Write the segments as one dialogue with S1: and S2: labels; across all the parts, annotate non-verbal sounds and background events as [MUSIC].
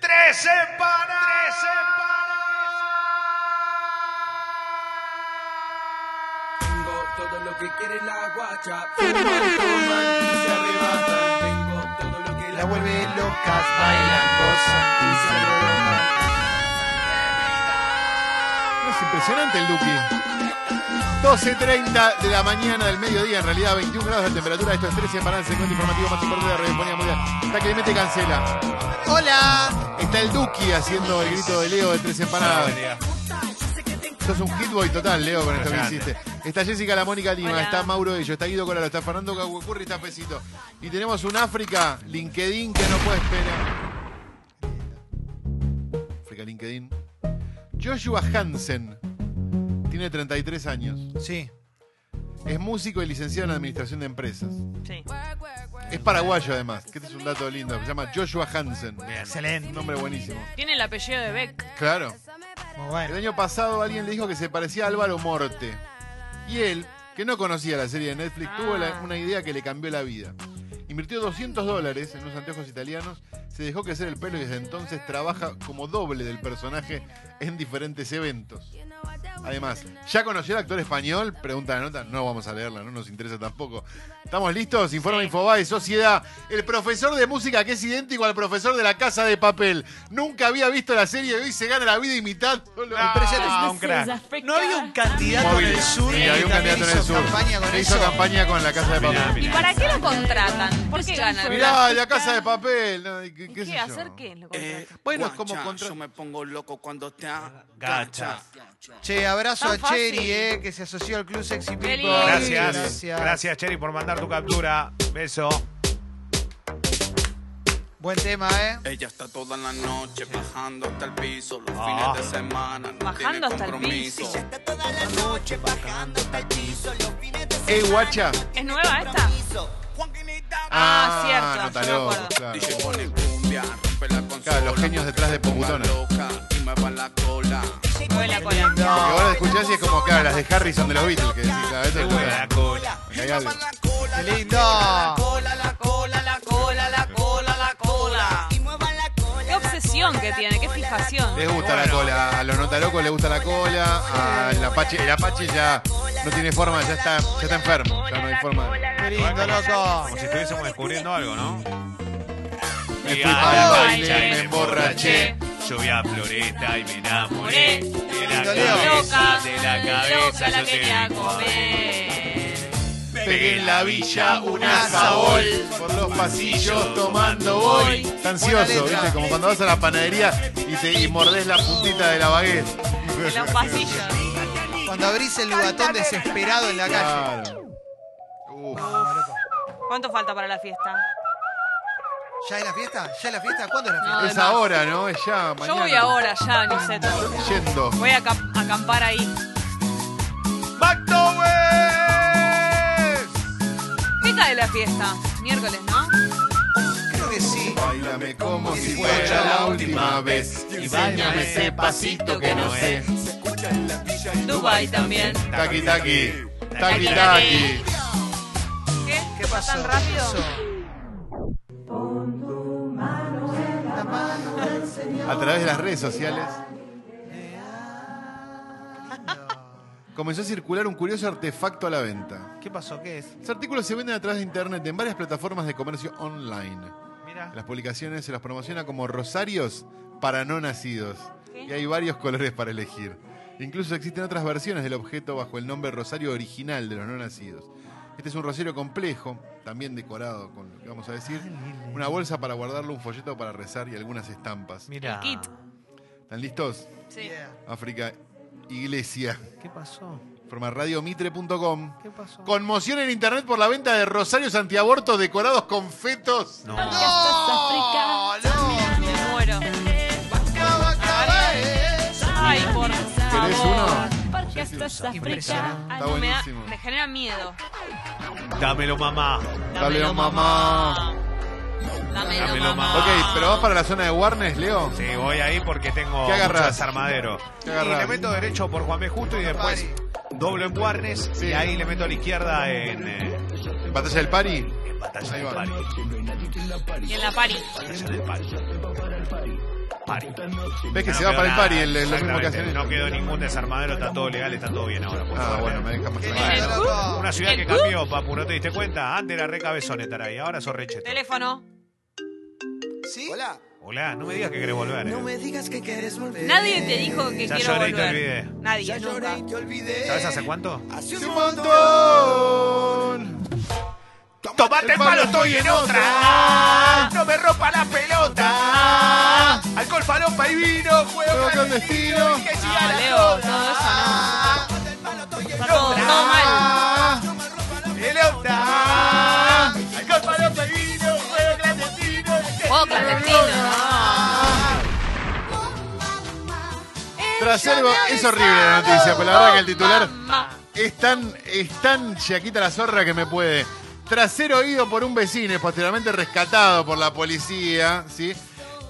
S1: Tres semanas. Tres
S2: Tengo todo lo que quiere la guacha. Fuman, toman y se arrebatan. Tengo todo lo que la vuelve locas. Bailan, gozan y se arrebatan.
S3: Es impresionante el Duki. 12.30 de la mañana del mediodía, en realidad 21 grados de temperatura. Esto es 13 para el segmento informativo más importante de la radiofonía mundial. Está Clemente Cancela. ¡Hola! Está el Duki haciendo el grito de Leo de 13 empanadas. Sos un hitboy total, Leo, con esto que hiciste. Está Jessica La Mónica Lima,
S4: Hola.
S3: está Mauro Ello, está Guido Coralo, está Fernando Caguacurri, está Pesito. Y tenemos un África, LinkedIn, que no puede esperar. África, LinkedIn. Joshua Hansen tiene 33 años.
S5: Sí.
S3: Es músico y licenciado en Administración de Empresas.
S4: Sí.
S3: Es paraguayo además, que este es un dato lindo. Se llama Joshua Hansen. Un
S5: Excelente.
S3: nombre buenísimo.
S4: Tiene el apellido de Beck.
S3: Claro.
S5: Muy
S3: El
S5: bueno.
S3: año pasado alguien le dijo que se parecía a Álvaro Morte. Y él, que no conocía la serie de Netflix,
S4: Ah.
S3: tuvo la- una idea que le cambió la vida. Invirtió 200 dólares en unos anteojos italianos, se dejó crecer el pelo y desde entonces trabaja como doble del personaje en diferentes eventos. Además, ¿ya conoció al actor español? Pregunta la nota, no vamos a leerla, no nos interesa tampoco. ¿Estamos listos? Informa
S4: Sí.
S3: Infobae, Sociedad. El profesor de música que es idéntico al profesor de la casa de papel. Nunca había visto la serie y hoy se gana la vida imitándolo.
S5: Impresionante.
S1: Ah, un crack.
S5: No había un candidato en
S3: Móvil.
S5: el sur.
S3: Sí, había un
S5: que también
S3: candidato en el
S5: hizo
S3: sur.
S5: Campaña con
S3: Que hizo
S5: eso?
S3: campaña con la casa de papel.
S1: Mirá,
S3: Mirá,
S4: ¿Y
S1: mirá.
S4: para qué lo contratan? ¿Por qué ganan?
S3: la casa de papel. ¿no? ¿Qué, qué
S4: ¿Qué,
S3: sé yo?
S4: hacer qué? Lo
S1: Eh,
S4: contratan.
S3: Bueno,
S6: Bueno,
S3: es como
S6: como
S3: contra-
S6: Yo me pongo loco cuando te
S1: Gacha.
S6: agacha.
S5: Che, abrazo
S4: Tan
S5: a Cheri,
S4: fácil.
S5: eh, que se asoció al Club Sexy People.
S4: lindo.
S1: Gracias.
S5: Gracias.
S1: Gracias, Cheri, por mandar tu captura. Beso.
S5: Buen tema, ¿eh?
S6: Ella está toda la noche bajando hasta el piso los
S1: Ah.
S6: fines de semana. No
S4: Bajando
S6: tiene
S4: hasta el
S6: compromiso.
S4: piso.
S3: Ey, guacha.
S4: ¿Es nueva esta? Ah, cierto,
S3: no,
S4: yo me
S3: loco,
S4: acuerdo.
S3: claro.
S6: Dice pone cumbia, rompe la consola.
S3: Claro, los genios detrás de Pocutona.
S6: Loca y mueva la cola.
S4: Mueve la cola.
S3: Y ahora escuchás y es como, claro, las de Harrison de los Beatles. Que decís, ah, esto
S1: Qué
S3: es
S1: buena la
S3: verdad.
S1: cola.
S3: Acá hay algo.
S5: Qué lindo.
S4: Qué obsesión que tiene, qué fijación.
S3: Les gusta la cola. A los notalocos les gusta la cola. Al Apache, el Apache ya no tiene forma, ya está, ya está enfermo. Ya no hay forma.
S5: Qué lindo,
S1: Como
S5: loco.
S1: si estuviésemos descubriendo algo, ¿no?
S3: Me fui
S1: al
S3: para el
S4: baile,
S3: baile, me
S4: me
S3: emborraché.
S1: Yo vi a Floreta y me enamoré. De la
S5: Lindo, Leo.
S1: cabeza,
S4: Loca,
S1: de la cabeza,
S4: loca la
S1: yo te
S4: quería
S1: vi comer.
S4: comer.
S3: Pegué en la villa un asabol por los pasillos tomando hoy. Está ansioso,
S5: Buena letra.
S3: ¿viste? Como cuando vas a la panadería y, te, y mordés la puntita de la baguette.
S4: En los pasillos.
S5: Cuando abrís el lugatón desesperado en la calle.
S3: Claro. Uf.
S4: ¿Cuánto falta para la fiesta?
S5: ¿Ya es la fiesta? ¿Ya es la fiesta? ¿Cuándo es la fiesta?
S4: No,
S3: Es
S4: no.
S3: ahora, ¿no? Es ya,
S4: Yo
S3: mañana.
S4: voy ahora ya, Niceto.
S3: Yendo.
S4: Voy a acam- acampar ahí.
S3: ¡McDowell!
S4: ¿Qué cae la fiesta? Miércoles, ¿no?
S5: Creo que sí.
S3: Báilame como si fuera la última vez y báñame ese pasito que no sé.
S4: Dubai también.
S3: Taqui, taqui. Taqui, taqui.
S4: ¿Qué?
S5: ¿Qué pasó?
S4: ¿Tan rápido?
S5: ¿Qué pasó?
S3: a través de las redes sociales. Comenzó a circular un curioso artefacto a la venta.
S5: ¿Qué pasó? ¿Qué es?
S3: Los artículos se venden a través de internet en varias plataformas de comercio online.
S5: Mira.
S3: En las publicaciones se los promociona como rosarios para no nacidos. Y hay varios colores para elegir. Incluso existen otras versiones del objeto bajo el nombre rosario original de los no nacidos. Este es un rosario complejo, también decorado con lo que vamos a decir. Una bolsa para guardarlo, un folleto para rezar y algunas estampas.
S5: Mira.
S4: Kit.
S3: ¿Están listos?
S4: Sí.
S3: África Iglesia.
S5: ¿Qué pasó?
S3: Forma radiomitre.com.
S5: ¿Qué pasó?
S3: Conmoción en internet por la venta de rosarios antiabortos decorados con fetos.
S1: No.
S5: ¡No! ¡No!
S4: Me muero.
S5: ¡Acaba, acaba, eh!
S4: Ay, por
S3: ¿Querés uno?
S4: favor.
S3: Sí, sí.
S5: Impresionante.
S3: Está
S4: No, me, da-
S3: buenísimo.
S4: me genera miedo.
S1: Dámelo, mamá.
S3: Dámelo, mamá.
S4: Dámelo,
S1: Dámelo,
S4: mamá.
S1: mamá.
S3: Ok, pero vas para la zona de Warnes, Leo.
S1: Sí, voy ahí porque tengo
S3: ¿Qué agarrás?
S1: muchas armadero.
S3: ¿Qué
S1: y
S3: agarrás?
S1: le meto derecho por Juan B. Justo y después doblo en Warnes
S3: Sí.
S1: y ahí le meto a la izquierda en, eh,
S3: Batalla del Pari.
S1: en Batalla
S3: Ahí
S1: de
S3: va.
S1: Pari.
S4: Y en la pari.
S1: Batalla de Pari.
S7: pari.
S3: ¿Ves que se va para el pari? el- el- Lo mismo que hacen
S7: No
S3: ellos.
S7: quedó ningún desarmadero, está todo legal, está todo bien ahora. por
S3: Ah,
S7: suerte.
S3: bueno, me deja más
S1: Qué
S3: tranquilo.
S1: lindo, loco.
S7: Una ciudad
S4: ¿El
S7: que
S4: club?
S7: cambió, papu, ¿no te diste cuenta? Antes era re cabezón estar ahí, ahora sos recheto.
S4: Teléfono.
S1: ¿Sí?
S2: Hola.
S7: Hola, no me digas que querés volver. eh.
S2: No me digas que quieres volver.
S4: Nadie te dijo que
S7: Ya
S4: quiero
S7: lloré y te
S4: volver.
S7: olvidé.
S4: Nadie,
S2: Ya lloré
S4: nunca.
S2: y te olvidé.
S7: ¿Sabes hace cuánto?
S3: ¡Hace
S2: Hace un
S3: un
S2: montón.
S3: montón!
S7: Tomate el palo, estoy en otra. No me rompa la pelota. Alcohol, palopa y vino. Juego
S3: Juego
S7: clandestino.
S3: clandestino.
S6: Ah,
S7: Que siga
S4: No,
S7: la
S4: Leo, todo eso no. Está todo, todo mal.
S3: Ah,
S7: pelota. Alcohol, palopa y vino. Juego clandestino. que
S4: Juego clandestino, no.
S3: Tras algo, es horrible la noticia, pero la verdad que el titular
S4: Mamá.
S3: es tan, es tan Chiaquita la zorra que me puede. Tras ser oído por un vecino y posteriormente rescatado por la policía, ¿sí?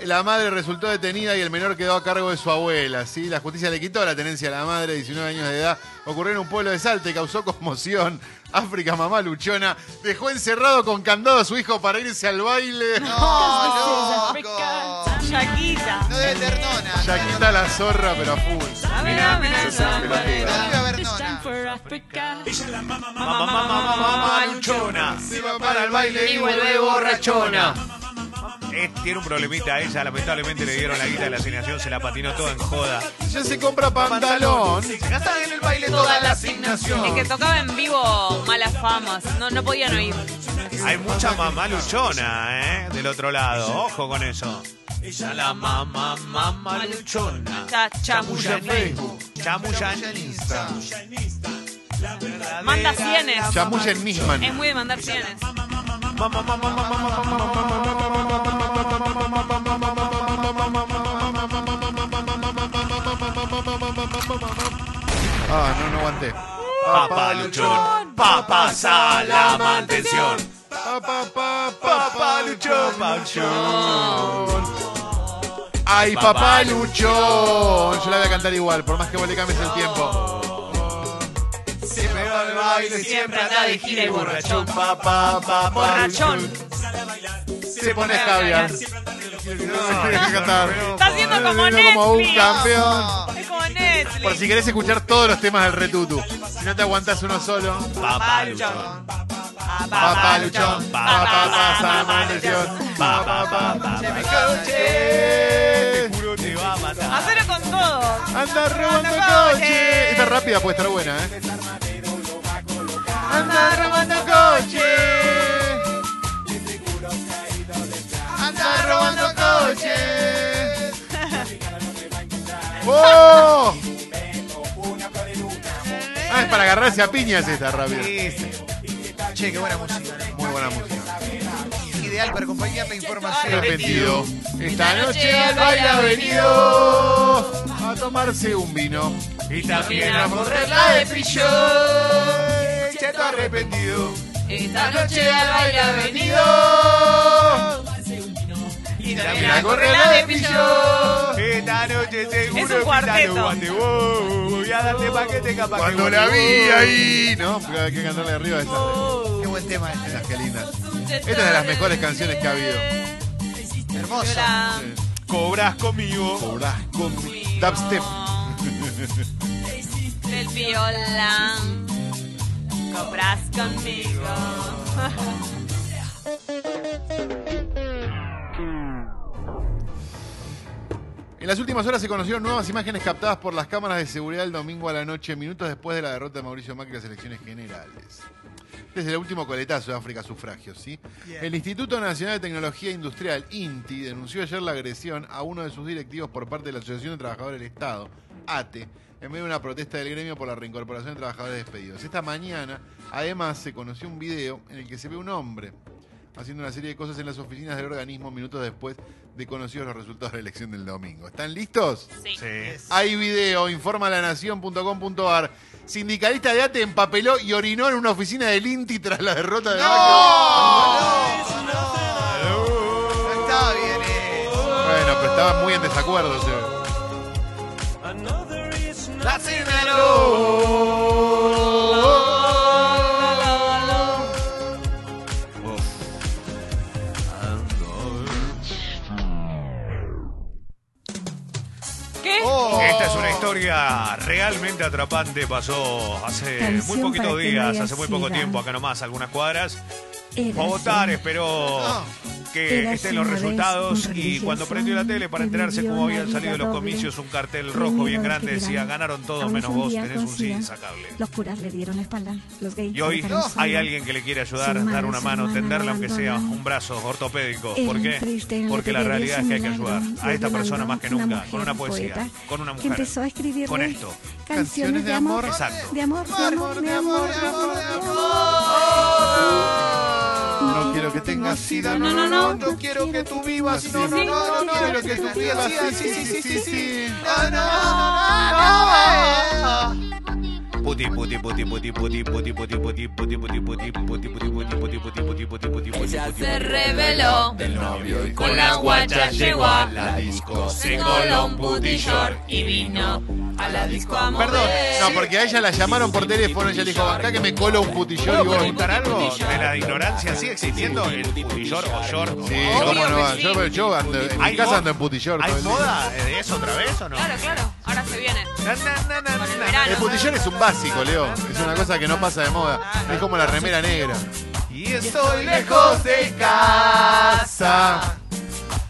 S3: La madre resultó detenida y el menor quedó a cargo de su abuela, ¿sí? La justicia le quitó la tenencia a la madre, 19 años de edad. Ocurrió en un pueblo de Salta y causó conmoción. [LAUGHS] África, mamá luchona, dejó encerrado con candado a su hijo para irse al baile. [LAUGHS]
S1: No, loco.
S4: Shakira.
S1: No debe ser nona. no debe
S3: Chiaquita la zorra, pero a full.
S4: Dame, dame,
S1: ser-
S4: dame.
S1: No debe haber nona.
S7: Mamá, mamá, mamá, luchona.
S3: Se va para el baile
S4: Y vuelve borrachona.
S7: Eh, tiene un problemita ella, lamentablemente le dieron la guita de la asignación, se la patinó toda en joda.
S3: Ya se compra pantalón.
S7: Se gasta en el baile toda la asignación.
S4: Es que tocaba en vivo malas famas. No, no podían oír.
S7: Hay mucha mamá luchona, ¿eh? Del otro lado, ojo con eso. Ella la mamá, mamá luchona.
S4: Cha- chamulla en
S7: Facebook. Chamulla en Insta.
S4: Manda cienes.
S3: Chamullen Nisman.
S4: Es muy de mandar cienes.
S7: Mamá, mamá, mamá, mamá, mamá, mamá, mamá, mamá, mamá, mamá, mamá, mamá, mamá, mamá, mamá, mamá, mamá.
S3: Ah, no, no aguanté.
S7: Papá luchón, papá sala, mantención.
S3: Papá, papá,
S7: Papá luchón, papá
S3: luchón. Ay, papá luchón. Yo la voy a cantar igual, por más que vos le cambies el tiempo.
S7: Siempre va al baile,
S4: siempre anda de gira el borrachón.
S7: Papá, papá,
S4: Borrachón.
S3: Se pone caviar.
S4: Está haciendo como
S3: Como un
S4: Netflix.
S3: campeón.
S4: Es como Netflix.
S3: Por si querés escuchar todos los temas del Retutu. Si no te aguantás uno solo.
S7: Papá luchón.
S3: Papá luchón. Papá pasa maldición. Papá, papá. Che.
S7: Juro te va a matar.
S4: Hacelo con todo.
S3: Anda robando
S4: Robando
S3: coche.
S4: coche.
S3: Esta es rápida puede estar buena, ¿eh? Anda robando coche. Anda robando coche. ¡Oh! Ah, es para agarrarse a piñas esta rápida.
S1: Che, qué buena música.
S3: Muy buena ¿eh? música.
S1: Ideal para acompañar la información.
S3: Arrepentido. Esta noche
S4: noche
S3: al baile ha
S4: baila
S3: venido a tomarse un vino.
S7: Y también
S4: a
S7: borrar
S4: borrarla de pillo.
S3: Cheto arrepentido.
S4: Esta noche al baile ha venido. Y también a correrla de pillo.
S7: Esta noche seguro
S4: Es un cuarteto.
S7: Voy a darte pa' que tenga pa'
S3: Cuando
S7: que
S3: la
S7: vos-
S3: vi ahí, ¿no? Porque hay que cantarle arriba a esta.
S1: Qué buen tema este.
S3: Las que lindas. Esta es de las mejores canciones que ha habido.
S1: Hermoso.
S4: Hola.
S7: Cobras conmigo.
S3: Cobrás con dubstep.
S4: Del viola. Cobras conmigo.
S3: En las últimas horas se conocieron nuevas imágenes captadas por las cámaras de seguridad el domingo a la noche, minutos después de la derrota de Mauricio Macri en las elecciones generales. Desde el último coletazo de África Sufragio, ¿sí? El Instituto Nacional de Tecnología Industrial, INTI, denunció ayer la agresión a uno de sus directivos por parte de la Asociación de Trabajadores del Estado, ATE, en medio de una protesta del gremio por la reincorporación de trabajadores despedidos. Esta mañana, además, se conoció un video en el que se ve un hombre haciendo una serie de cosas en las oficinas del organismo minutos después de conocidos los resultados de la elección del domingo. ¿Están listos?
S4: Sí.
S7: Sí.
S3: Hay video, informa lanación.com.ar. Sindicalista de ATE empapeló y orinó en una oficina del INTI tras la derrota de Macri.
S1: No estaba bien eso.
S3: Bueno, pero estaban muy en desacuerdo. se ve.
S8: ¿Qué?
S7: Esta
S3: Oh.
S7: es una historia realmente atrapante. Pasó hace
S9: Canción
S7: muy
S9: para
S7: poquitos
S9: que no
S7: días,
S9: haya
S7: hace muy poco
S9: sida.
S7: tiempo, acá nomás, algunas cuadras.
S9: Érase
S7: Fue a votar, espero que
S9: Érase
S7: estén los
S9: una vez
S7: resultados.
S9: un
S7: Y cuando prendió la tele para
S9: religioso
S7: enterarse
S9: que
S7: cómo habían
S9: vivió una
S7: salido
S9: vida
S7: los
S9: doble,
S7: comicios, un cartel
S9: reunido
S7: rojo bien
S9: de
S7: grande decía:
S9: gran-
S7: ganaron todos
S9: Aún es
S7: menos
S9: un
S7: vos,
S9: día
S7: tenés un
S9: con
S7: sí
S9: sida.
S7: insacable.
S9: Los curas le dieron la espalda. Los gays
S7: Y hoy
S9: dejaron
S7: hay
S9: solo.
S7: alguien que le quiere ayudar,
S9: Su
S7: dar
S9: madre,
S7: una
S9: su
S7: mano,
S9: hermana
S7: tenderle
S9: la
S7: aunque sea
S9: abandonan.
S7: un brazo ortopédico.
S9: Era
S7: ¿Por qué?
S9: triste, en
S7: Porque la
S9: TV
S7: realidad es que hay que
S9: milagro,
S7: ayudar a
S9: lo
S7: esta persona
S9: demandó
S7: más que
S9: una
S7: nunca,
S9: mujer
S7: con una poesía,
S9: poeta
S7: con una
S9: Que
S7: mujer.
S9: empezó a escribir
S7: Con esto.
S9: canciones de amor.
S7: Exacto.
S9: De amor, de amor, de amor, de amor, de amor.
S3: No quiero que tengas sida, no,
S8: no, no.
S1: No quiero que tú vivas,
S3: Sí,
S1: no, no,
S8: sí.
S1: no, no, no quiero que tú vivas, sí, sí, sí, sí, sí. No, no, no, no, no, no.
S7: Puti, puti, puti, puti, puti, puti, puti, puti, puti, puti, puti, puti, puti, puti, puti, puti, puti, puti, puti, puti,
S2: Ella
S7: puti.
S8: Se reveló,
S2: Del novio y
S8: con la guacha llegó a
S2: la disco.
S8: se coló un putillor y vino a la disco a mover.
S3: Perdón, no, porque a ella la llamaron por teléfono y ella le dijo, acá que me colo un putillón y
S7: ¿Puedo
S3: voy.
S7: preguntar algo de la ignorancia? ¿Sigue existiendo el putillor o short?
S3: Sí,
S8: Obvio
S3: cómo no
S8: que
S3: va.
S8: sí.
S3: Yo, yo ando, en
S7: ¿Hay
S3: mi casa
S7: mo-
S3: ando en putillón. todo
S7: ¿Hay
S3: el día.
S7: moda de eso otra vez o no?
S8: Claro, claro, ahora se viene.
S7: Na, na, na, na,
S8: Con el
S7: na.
S8: verano.
S3: El putillón es un básico, Leo. Es una cosa que no pasa de moda. Es como la remera negra.
S7: Y estoy
S1: Lejos de casa,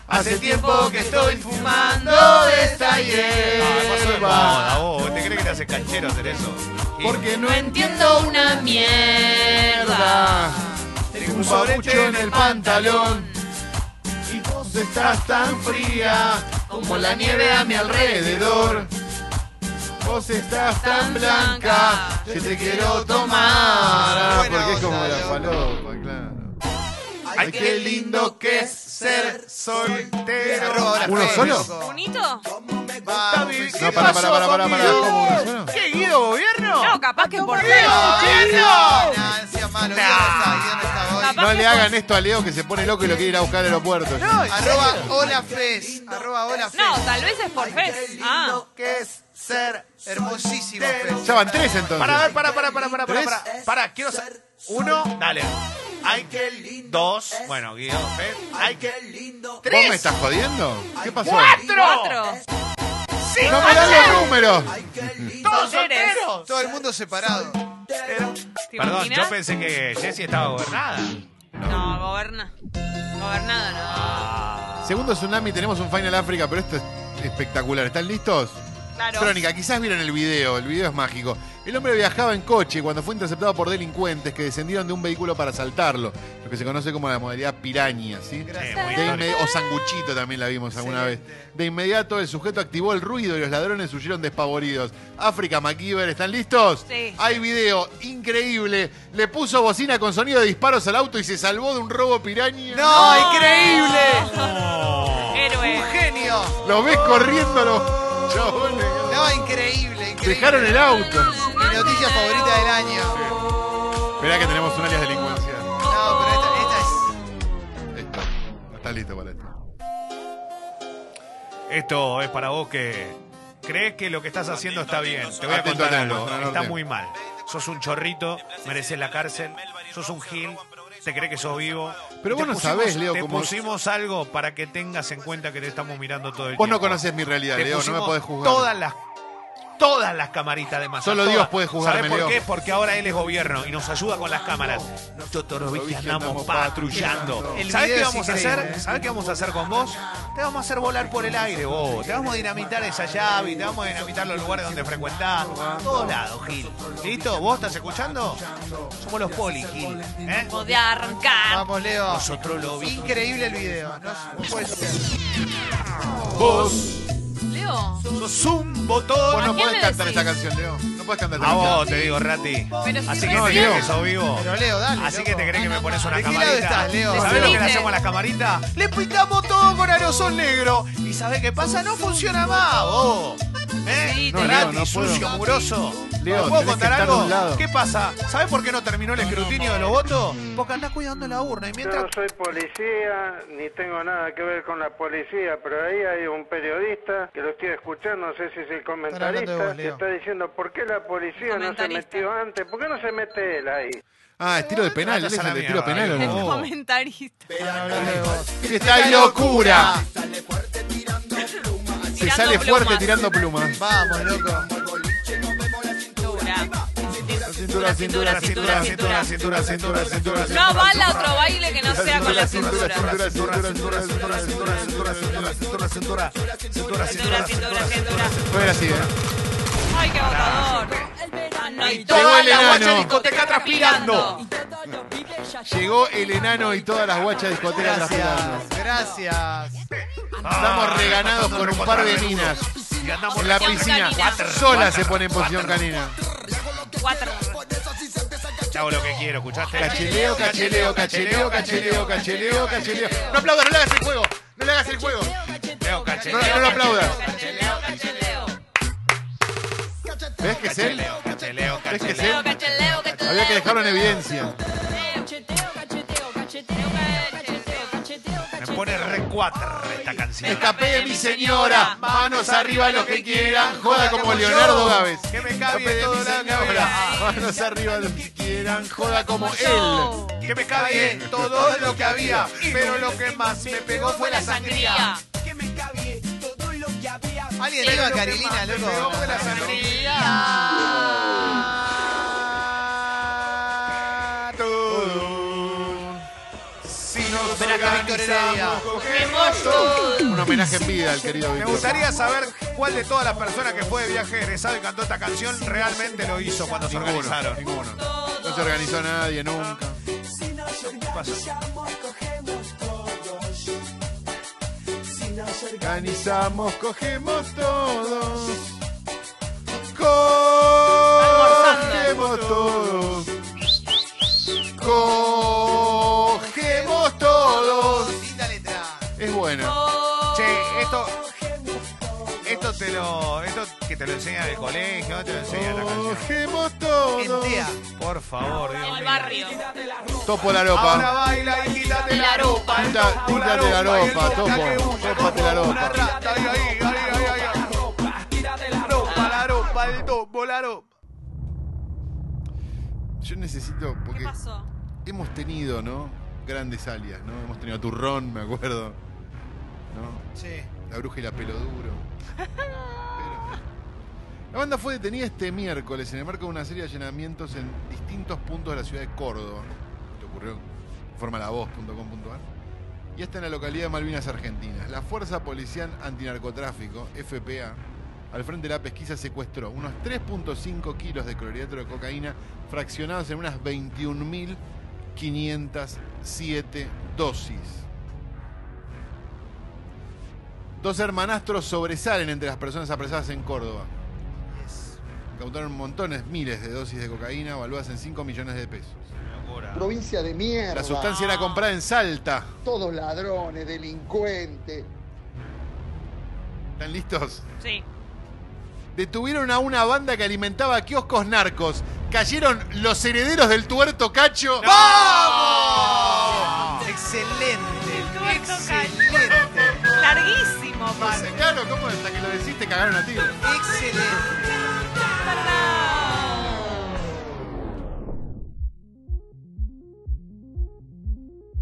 S3: Hace
S1: tiempo que estoy fumando de esta
S7: Ah, pasó de moda,
S1: hierba.
S7: vos. ¿Te crees que te haces canchero hacer eso? Y-
S3: Porque no
S8: No entiendo una mierda.
S3: tengo un papucho en el pantalón. Y vos estás tan fría como la nieve a mi alrededor. Vos estás tan blanca, yo te quiero tomar. Ah,
S5: Buena
S3: Porque es como
S5: onda,
S3: la
S5: loco.
S3: falopa, claro. Ay, qué lindo que es ser soltero.
S5: Arroba ahora
S3: ¿Uno
S5: Fede,
S3: solo?
S5: este. loco.
S8: ¿Bonito?
S5: Vamos,
S1: vivir.
S5: sí.
S3: No, para, para, para, para, para. ¿Cómo uno solo?
S1: ¿Qué, Guido Gobierno?
S8: No, capaz que por
S5: No, no sea malo, Guido no está, Guido no está hoy.
S8: Capaz
S3: No
S8: que
S3: le hagan esto a Leo que se pone loco y lo quiere ir a buscar al aeropuerto.
S5: Arroba hola Fez. Arroba hola Fez.
S8: No, tal vez es por Fez. Ah,
S1: que es ser
S5: Hermosísimo Fez.
S3: Ya van tres entonces.
S7: Para, ver, para, para, para, para, para,
S3: ¿Tres?
S7: para, para, quiero sa- Uno, dale. Hay que lindo. Dos, bueno, Guido, ¿ves? Hay que lindo.
S3: ¿Vos me
S7: Tres,
S3: estás jodiendo? ¿Qué pasó?
S7: cuatro,
S8: cuatro.
S7: cinco,
S3: ¡No me dan los números!
S7: todos
S8: Eres.
S7: solteros.
S5: Todo el mundo separado.
S8: ¿Te
S7: Perdón, yo
S8: imaginas?
S7: pensé que Jessie estaba gobernada.
S8: No, goberna. Gobernada,
S3: Segundo Tsunami, tenemos un Final África, pero esto es espectacular. ¿Están listos?
S8: no. Claro.
S3: Crónica, quizás vieron el video, el video es mágico. El hombre viajaba en coche cuando fue interceptado por delincuentes que descendieron de un vehículo para asaltarlo, lo que se conoce como la modalidad piraña, ¿sí?
S7: Sí, muy
S3: De
S7: histórico.
S3: inme- o sanguchito también la vimos alguna vez. De inmediato el sujeto activó el ruido y los ladrones huyeron despavoridos. África MacGyver, ¿están listos?
S8: Sí.
S3: Hay video increíble. Le puso bocina con sonido de disparos al auto y se salvó de un robo piraña.
S5: ¡No, increíble!
S8: Oh. Héroe.
S5: ¡Genio!
S3: Lo ves corriendo los chabones.
S5: No, increíble, increíble.
S3: Dejaron el auto.
S5: Mi noticia favorita del año.
S3: Esperá que tenemos un área de delincuencia.
S5: No, pero esta, esta es.
S3: Esto. No está listo para esto.
S7: Esto es para vos que crees que lo que estás haciendo está bien. Te voy a
S3: Atento,
S7: contar
S3: atento,
S7: algo.
S3: atento,
S7: Está
S3: atento.
S7: muy mal. Sos un chorrito, mereces la cárcel, sos un gil, te crees que sos vivo.
S3: Pero vos
S7: Te
S3: no sabés, Leo,
S7: Te
S3: cómo-
S7: pusimos algo para que tengas en cuenta que te estamos mirando todo el
S3: Vos
S7: tiempo.
S3: no conocés mi realidad,
S7: Te
S3: Leo, no me
S7: pusimos
S3: podés juzgar.
S7: Todas las, todas las camaritas de masa.
S3: Solo
S7: todas.
S3: Dios puede juzgarme,
S7: ¿Sabés por
S3: Leo.
S7: qué? Porque ahora él es gobierno y nos ayuda con las cámaras. Nosotros viste,
S3: Viste,
S7: andamos
S3: andamos
S7: patrullando.
S5: El
S7: ¿Sabés
S5: video
S7: qué
S5: es
S7: vamos a
S5: increíble,
S7: hacer?
S5: ¿eh?
S7: ¿Sabés qué vamos a hacer con vos? Te vamos a hacer volar por el aire, vos. Te vamos a dinamitar esa llave y te vamos a dinamitar los lugares donde frecuentás. Todos lados, Gil. ¿Listo? ¿Vos estás escuchando? Somos los poli, Gil. ¿Eh?
S8: Podía arrancar.
S5: Vamos, Leo.
S7: Nosotros lo vimos.
S5: Increíble el video. No, no puede ser.
S8: Leo.
S7: Sos un botón.
S3: Vos
S8: ¿A
S3: no
S8: quién
S3: podés
S8: le
S3: cantar
S8: decís?
S3: esta canción, Leo. No podés cantar esta
S7: A
S3: canción.
S7: vos te digo, Rati.
S8: Pero si
S7: Así que
S8: recién-
S7: te crees que sos vivo.
S5: Pero Leo, dale.
S7: Así que
S5: loco.
S7: te crees que me pones una
S5: ¿De qué
S7: camarita.
S5: lado estás, Leo?
S7: ¿Sabés lo que le
S8: Decidite.
S7: hacemos a las camaritas? Le pintamos todo con aerosol negro. ¿Y sabés qué pasa? No funciona más, vos. ¿Eh?
S8: Decidite.
S7: No, Leo,
S3: no puedo.
S7: sucio, muroso.
S3: Leo,
S7: ¿Te puedo
S3: tenés
S7: contar
S3: que estar de
S7: algo?
S3: un lado.
S7: ¿Qué pasa? ¿Sabés por qué no terminó el escrutinio de los votos? Porque andás cuidando la urna y
S10: Yo
S7: mientras.
S10: no soy policía, ni tengo nada que ver con la policía, pero ahí hay un periodista que lo estoy escuchando, no sé si es el
S5: hablando
S10: comentarista,
S5: de vos,
S10: que
S5: Leo.
S10: está diciendo, ¿por qué la policía no se
S8: Comentarista.
S10: metió antes? ¿Por qué no se mete él ahí?
S3: Ah, es tiro de penal.
S7: Ah,
S3: ¿Él es
S7: estás a
S3: el
S7: la
S3: de tiro
S7: mierda,
S3: penal o
S7: Leo.
S3: no?
S7: Oh.
S8: Comentarista.
S3: Si está hay locura.
S1: Sale fuerte tirando pluma.
S3: Se sale
S8: pluma.
S3: fuerte tirando plumas.
S5: Vamos, loco.
S3: Cintura, cintura, cintura, cintura, cintura, cintura, cintura.
S8: No bala otro baile que no sea con la cintura.
S3: Cintura, cintura, cintura, cintura, cintura, cintura, cintura.
S7: Cintura, cintura, cintura,
S8: Cintura, cintura, cintura.
S3: Fue así, ¿eh?
S8: Ay, qué agotador. Ah, no, y
S3: Llegó
S8: toda
S3: el
S8: la guacha
S3: enano.
S8: discoteca transpirando.
S3: Llegó el enano y todas las guachas discoteras
S5: Gracias,
S3: transpirando.
S5: gracias.
S3: Estamos reganados con un par de minas.
S7: Y andamos
S3: En la
S8: Posición
S3: piscina,
S8: canina.
S3: sola se pone en posición canina.
S8: Cuatro.
S7: chavo lo que quiero, ¿escuchaste?
S3: Cacheleo, cacheleo, cacheleo, cacheleo, cacheleo, cacheleo. No aplaudas, no le hagas el juego. No le hagas el juego.
S7: Cacheleo, cacheleo.
S3: No, no lo aplaudas.
S8: Cacheleo, cacheleo.
S3: ¿Ves que es él?
S7: Cacheleo,
S3: ¿Ves
S7: cacheleo,
S3: que es
S7: cacheleo.
S8: Cacheleo,
S3: él?
S8: cacheleo, cacheleo.
S3: Había que dejarlo en evidencia.
S8: Cacheteo, cacheteo, cacheteo, cacheteo, cacheteo,
S7: Me
S8: cacheteo.
S7: pone re cuatro esta canción.
S3: Escapé de mi señora, manos arriba los que quieran, joda como Leonardo Gávez.
S7: Que me
S3: Escapé
S7: cabe
S3: de
S7: todo
S3: mi
S7: la
S3: señora,
S7: cabeza.
S3: manos arriba los que quieran, joda como
S8: Yo.
S3: él.
S7: Que me cabe todo lo que había. Pero lo que más me pegó fue la sangría.
S2: Que me cabie todo lo que había.
S5: Alguien iba a Carilina, loco.
S7: la sangría.
S3: Si nos
S5: Ven acá, Víctor Heredia.
S8: Cogemos todo.
S3: Un homenaje en vida al querido
S7: Me
S3: Víctor.
S7: gustaría saber cuál de todas las personas que fue de viaje egresado y cantó esta canción realmente lo hizo cuando se
S3: Ninguno,
S7: organizaron.
S3: ninguno. No se organizó nadie nunca. Organizamos, cogemos todos. Cogemos todos. Cogemos todos.
S5: Linda letra.
S3: Es buena.
S7: Che, esto. Esto te lo. Esto que te lo enseñan en el colegio, ¿dónde te lo enseñan
S3: Oh.
S7: la canción.
S3: Cogemos todos.
S5: Entea.
S7: Por favor, Dios
S8: Al
S7: mío.
S8: barrio.
S3: Topo la ropa.
S7: Ahora baila y quítate la ropa.
S3: Quita- quítate la ropa, topo. Tópate la
S7: Una
S3: ropa.
S7: rata, ahí, ahí, ahí, ahí, ahí, ahí. La ropa, la ropa, el topo, la ropa.
S3: Yo necesito,
S8: ¿Qué
S3: porque
S8: pasó?
S3: hemos tenido, ¿no? Grandes alias, ¿no? Hemos tenido Turrón, me acuerdo. ¿No?
S5: Sí.
S3: La bruja y la pelo duro. La banda fue detenida este miércoles en el marco de una serie de allanamientos en distintos puntos de la ciudad de Córdoba. Esto ocurrió en forma lavoz.com.ar. Y hasta en la localidad de Malvinas Argentinas. La Fuerza Policial Antinarcotráfico, FPA, al frente de la pesquisa secuestró unos 3.5 kilos de clorhidrato de cocaína fraccionados en unas 21.507 dosis. Dos hermanastros sobresalen entre las personas apresadas en Córdoba. Cautaron montones, miles de dosis de cocaína valuadas en 5 millones de pesos.
S11: Provincia de mierda.
S3: La sustancia era comprada en Salta.
S11: Todos ladrones, delincuentes.
S3: ¿Están listos?
S8: Sí.
S3: Detuvieron a una banda que alimentaba kioscos narcos. Cayeron los herederos del tuerto cacho.
S5: ¡Vamos! Excelente.
S8: El tuerto
S5: Excelente.
S8: [LAUGHS] Larguísimo,
S3: No sé,
S8: padre.
S3: claro, ¿cómo hasta que lo deciste cagaron a ti?
S5: Excelente.
S8: Tará.